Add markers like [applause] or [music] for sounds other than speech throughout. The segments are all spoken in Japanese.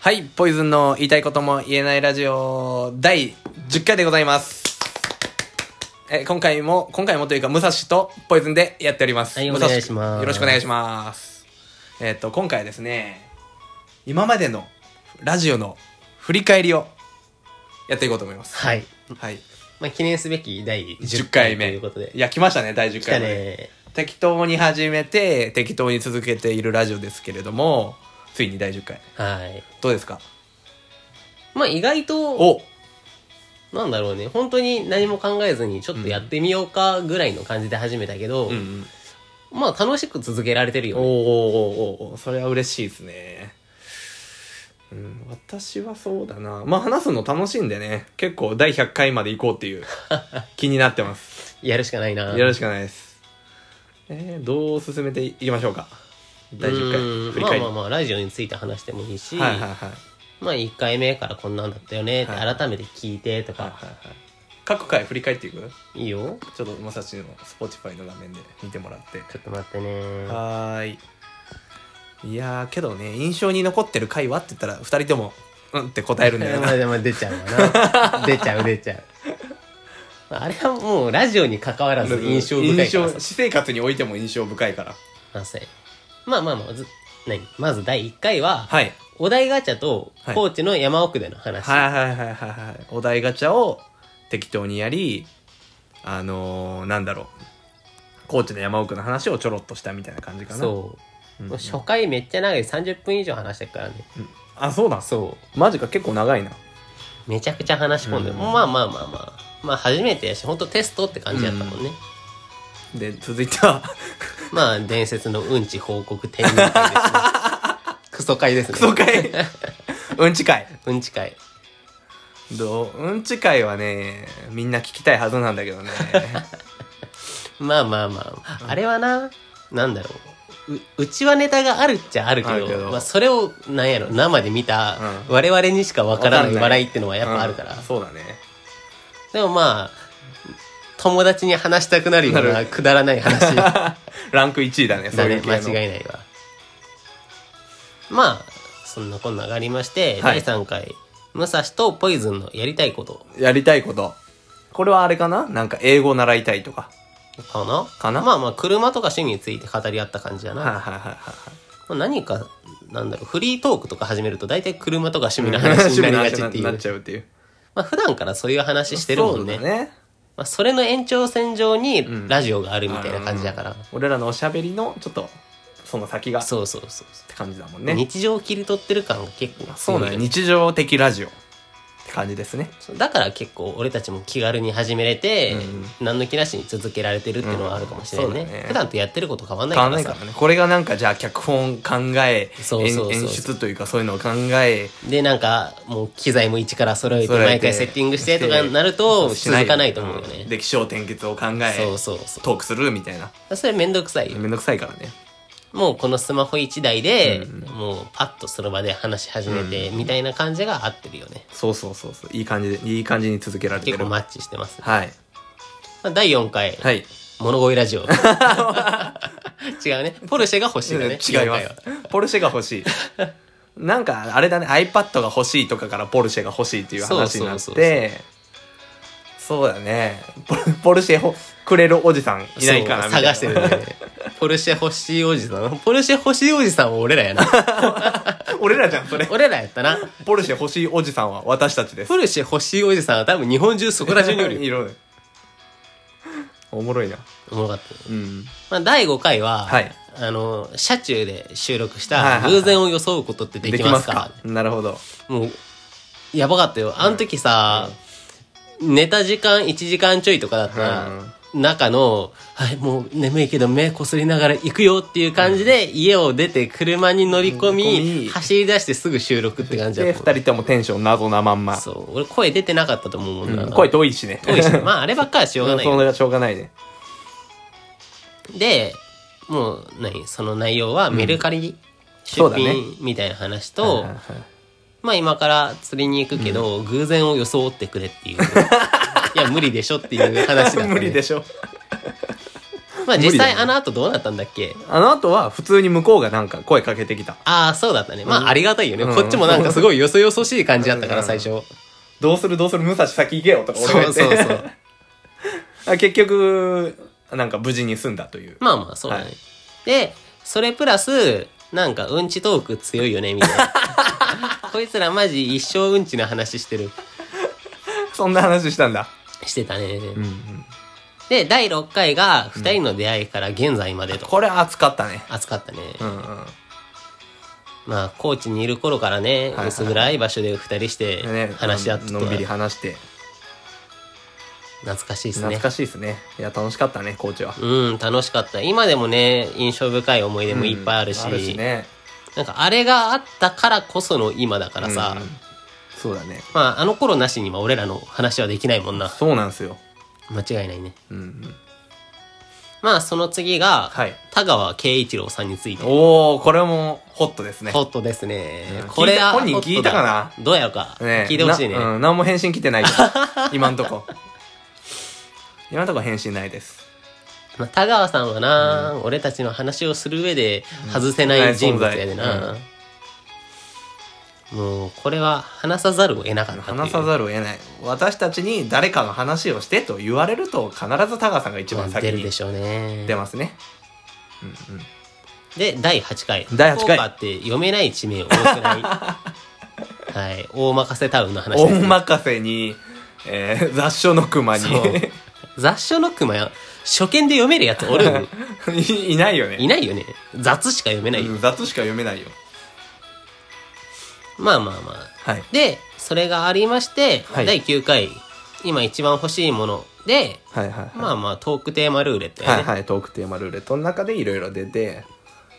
はい、ポイズンの言いたいことも言えないラジオ第10回でございます。え、今回も、今回もというか、武蔵とポイズンでやっております。はい武蔵お願いしますよろしくお願いします。えっ、と、今回はですね、今までのラジオの振り返りをやっていこうと思います。はい。はい。まあ、記念すべき第10 10回回目。ということで。や、来ましたね、第10来た回目。ね。適当に始めて、適当に続けているラジオですけれども、ついに第10回。はい。どうですかまあ、意外と、おなんだろうね、本当に何も考えずに、ちょっとやってみようかぐらいの感じで始めたけど、うんうん。まあ、楽しく続けられてるよおーね。おーおーおーそれは嬉しいですね。うん、私はそうだな。まあ話すの楽しいんでね、結構第100回まで行こうっていう [laughs] 気になってます。やるしかないな。よろしくないです。えー、どう進めていきましょうか第う10回、ん振り返り。まあまあまあ、ラジオについて話してもいいし、はいはいはい。まあ、1回目からこんなんだったよねって、はい改めて聞いてとか、はいはいはい、各回振り返っていくい、いよ。ちょっとまさちの Spotify の画面で見てもらって。ちょっと待ってね。はーい。いやー、けどね、印象に残ってる回はって言ったら、二人とも、うんって答えるんだよなま。あでも出ちゃう [laughs] わな出ちゃう出ちゃうあれはもうラジオに関わらず印象深いから印象さ私生活においても印象深いから。あそうやまあまあまあず何まず第1回は、はい。お題ガチャとはい高知の山奥での話、はいはいはいはいはい。お題ガチャを適当にやり、あのー、なんだろう。高知の山奥の話をちょろっとしたみたいな感じかな。そう、うんもう初回めっちゃ長い30分以上話してるからねうん。あ、そうだ。そマジか、結構長いな。うめちゃくちゃ話し込んで、うんまあまあまあまあまあ初めてやし本当テストって感じやったもんね、で、続いては、まあ伝説のうんち報告展覧会です [laughs] ねクソ会ですねクソ会うんち会。うんち会どううんち会はね、みんな聞きたいはずなんだけどね。まあまあまあ、あれはな、なんだろう。ううちはネタがあるっちゃあるけあどるけどまあ、それをなんやろ生で見たうん我々にしかわからわかなんいない笑いってのはやっぱあるから、うんそうだね。 [laughs] でもまあ友達に話したくなるようななるくだらな [laughs] い話だランク1位だね、そういねう系の。間違いないわまあそんなこんながありまして、はい第3回武蔵とポイズンのやりたいことやりたいこと。これはあれかななんか英語習いたいとか。かなかなまあまあ車とか趣味について語り合った感じだな、はい [laughs] はいはいはいまあ何か、なんだろう、フリートークとか始めると大体車とか趣味のはい。話になりがちっていなっう。ちゃうっていう。まあ普段からそういう話してるもんね。そうだね。まあそれの延長線上んにラジオがあるみたいな感じだから。俺らのおしゃべりの、ちょっと、その先が、っそうそうそうそて感じだもんう、ね。日常を切り取ってる感が結構強いよねそうだね。日常的ラジオって感じですね。そうだから結構俺たちも気軽に始めれて、何の気なしに続けられてるっていうのはあるかもしれないね,、うんそうだね普段とやってること変わんな変いかわんならいかさらね。これがなんか、じゃあ脚本考え、そうそうそう演演出というかそういうのを考え、でなんかもう機材も一から揃えて毎回セッティングしてとかなるとしい続かないと思うよねんで、気象転結を考え、そうそうそうトークするみたいな。それめんどくさいよめんどくさいからね。もうこのスマホ1台で、もうパッとその場で話し始めて、みたいな感じが合ってるよねそうそうそうそう。いい感じで、いい感じに続けられて結る。構マッチしてます、ねはい。まあ、第4回、はい。物乞いラ [laughs] ジオ違うねポルシェが欲しいだね違いま4回すは。ポルシェが欲しい。[laughs] なんか、あれだね、iPad が欲しいとかからポルシェが欲しいっていう話になっそうそうそうて、そうだね。ポルポルシェほくれるおじさんいないかなそうみたいな。探してるんだよねポルシェ欲しいおじさんポルシェ欲しいおじさんは俺らやな [laughs] [laughs] 俺らじゃん、それ。俺らやったなポルシェ欲しいおじさんは私たちです。ポルシェ欲しいおじさんは多分日本中そこら中におるよ [laughs] いるねおもろいな。おもろかったようん。まあ、第5回は、はいあの車中で収録しはいはいたはい偶然を装うことってできますか,、なるほど。もうやばかったよあの時さ、寝た時間1時間ちょいとかだった、中の、はい、もう眠いけど目こすりながら行くよっていう感じで、家を出て車に乗り込乗り込みみ走り出してすぐ収録って感じだで、った二人ともテンション謎なまんま。そう俺声出てなかったと思うもんな、声遠いしね。 [laughs] 遠いしまああればっかりはしょうがないよそれはしょうがないね。でもう何その内容はメルカリそ出うだね品みたいな話はいと、はいはいまあ今から釣りに行くけど、偶然を装っ [laughs] てくれっていういや無理でしょっていう話だった、ね、無理でしょ。ま無あ理実だ際よねあの後どうなったんだっけあの後は普通に向こうがなんか声かけてきた。ああ、そうだったね。まあありがたいよね。うんこっちもなんかすごいよそよそしい感じだったから最初。どうするどうする武蔵先行けよとか俺がそ言うって。そうそう。あ [laughs] 結局、なんか無事に済んだという。 [laughs] まあまあ、そうだね。はいで、それプラス、なんか、うんちトーク強いよね、みたい [laughs] な。こいつらマジ一生うんちの話してる。そんな話したんだ。してたね。うんうん。で、第6回が、二人の出会いから現在までと。これ熱かったね。熱かったね。うんうん。まあ、高知にいる頃からねいは、い薄暗い場所で二人してね、話し合ってて、のんびり話して懐かしいです懐ね。かしいですねいや楽しかったねコーチはうん、楽しかった。今でもね、印象深い思い出もいっぱいあるし、うんあるしねなんかあれがあったからこその今だからさ、うんそうだねまあ、あの頃なしには俺らの話はできないもんな。そうなんですよ間違いないね。うんうんまあ、その次が、はい田川圭一郎さんについて。おおこれもホットですねホットですねうん。こ聞れは、いた本人聞いたかなホットだどうやろか。ね聞いてほしいね。なうん、何も返信来てないけど今んとこ今んとこ返信ないですまあ、田川さんはな、俺たちの話をする上で外せない人物やでな。もう、これは話さざるを得なかったっていう。話さざるを得ない私たちに誰かの話をしてと言われると必ず田川さんが一番まあ先出るでにしょうね。出ますねで、第8回。第八回福岡って読めない地名多くない。 [laughs] はい。大任せタウンの話です大ね任せに、えー雑所の熊にそう雑所の熊や、初見で読めるやつおるん [laughs] いいないよねいないよね。雑しか読めない。うん雑しか読めないよまあまあまあ。はいで、それがありまして、はい第9回、今一番欲しいもので、はいはいはい、まあまあトークテーマルーレットやね。はいはいトークテーマルーレットの中でいろいろ出て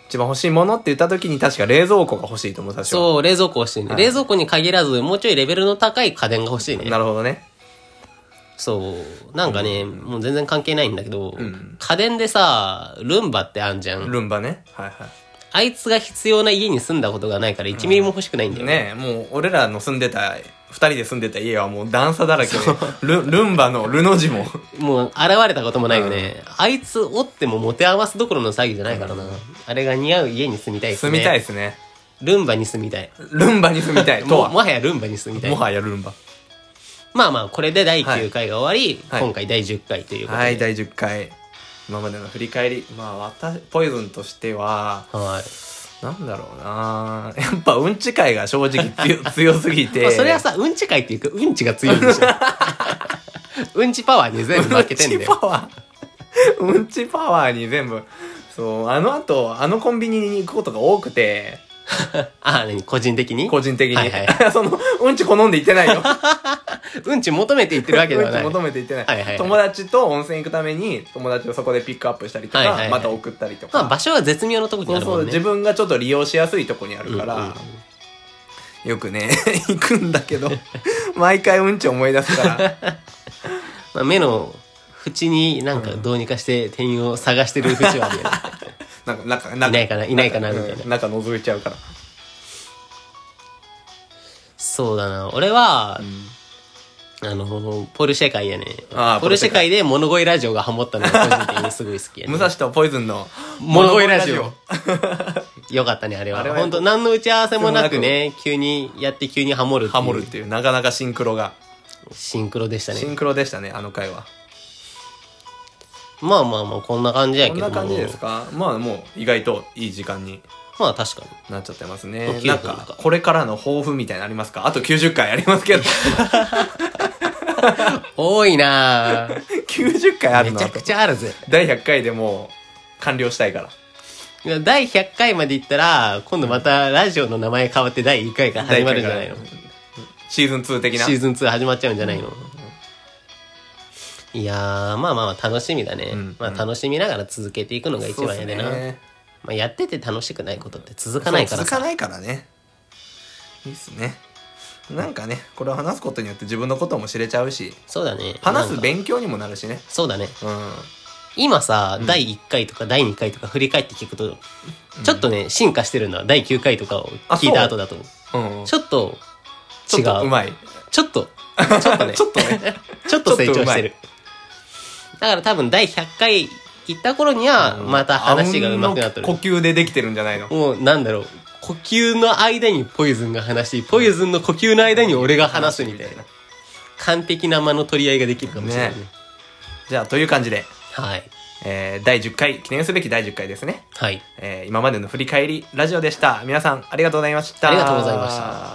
一番欲しいものって言った時に確か冷蔵庫が欲しいと思う最初そう、冷蔵庫欲しいね。はい冷蔵庫に限らず、もうちょいレベルの高い家電が欲しいね。なるほどねそう。なんかね、もう全然関係ないんだけど、ん家電でさ、ルンバってあんじゃん。ルンバねはいはあいつが必要な家に住んだことがないから1ミリも欲しくないんだいよ。ねえもう俺らの住んでた二人で住んでた家はもう段差だらけでルルンバのルの字ももう現れたこともないよね。あいつおっても持て合わすどころの詐欺じゃないからな。あれが似合う家に住みたいです住ね。みたいですねルンバに住みたい。ルンバに住みたいともうはもはやルンバに住みたい。もはやルンバまあまあ、これで第9回が終わり、はい今回第10回ということで。はい第10回今までの振り返りまあ私ポイズンとしてははいなんだろうなやっぱうんち会が正直 [laughs] 強強すぎまてあそれはさ、うんち会っていうか、うんちが強いんでしょ。 [laughs] うんちパワーに全部負けてんだうんよ。ちパワー。うんちパワーに全部。そう、あの後、あのコンビニに行くことが多くて、ああ、何個人的に個人的に。はいはい [laughs] その、うんち好んで行ってないよ。うんち求めて言ってるわけではうんなち [laughs] い。求めて行ってない。はいはいはい友達と温泉行くために、友達をそこでピックアップしたりとか、はいはいはいまた送ったりとまか。あ、場所は絶妙なとこにそあうるそう、もんね。自分がちょっと利用しやすいとこにあるから、うんうんよくね、 [laughs] 行くんだけど、 [laughs] 毎回うんち思い出す [laughs] から。まあ、目の縁になんかどうにかして店員を探してる節はあるよね。なんか、なんか、いないかないないかなみたいなうん中覗いちゃうから。そうだな。俺は、あの、ポルシェ会やねあ。ーポルシェ会で物乞いラジオがハモったのが個人的にすごい好きや [laughs] ね武。蔵とポイズンの物乞いラジオ。 [laughs] よかったね、あれは。あれは本当何の打ち合わせもなくね、急にやって急にハモるっていうハモるっていうなかなかシンクロが、シンクロでしたシね。ンクロでしたねあの回はまあまあまあ、こんな感じやけこんどなも。感じですかまあもう意外といい時間にまあ確かに。なっちゃってますもうね90なん分かかこれからの抱負みたいなのありますかあと90回ありますけど [laughs] 多い [laughs] なぁ90回あるめのちゃくちゃあるぜ。第100回でもう完了したいからいや [laughs] 第100回まで行ったら、今度またラジオの名前変わって第1回から始まるんじゃないの第100回シーズン2的なシーズン2始まっちゃうんじゃないの、いやー、まあまあまあ楽しみだね。うんまあ楽しみながら続けていくのが一そうっ番すやねでな。まあやってて楽しくないことって続そかうないから続かさ。ないからねいいっすねなんかねこれを話すことによって自分のことも知れちゃうしそうだね。話なんすか勉強にもなるしねそうだね。うん今さ、第1回とか第2回とか振り返って聞くと、ちょっとね、進化してるのは第9回とかを聞いたあ後だと。うんちょっと、ちょ違っとうう。まいちょっと、 [laughs]。[laughs] ちょっとねちょっとねちょっと成長してる。だから多分第100回行った頃には、また話がうまくなってるあうん。の呼吸でできてるんじゃないのもう、なんだろう。呼吸の間にポイズンが話し、ポイズンの呼吸の間に俺が話すみたいな。完璧な間の取り合いができるかもしれないね。ねじゃあという感じで、はい。えー第10回記念すべき第10回ですね、はい。えー今までの振り返りラジオでした皆さんありがとうございましたありがとうございました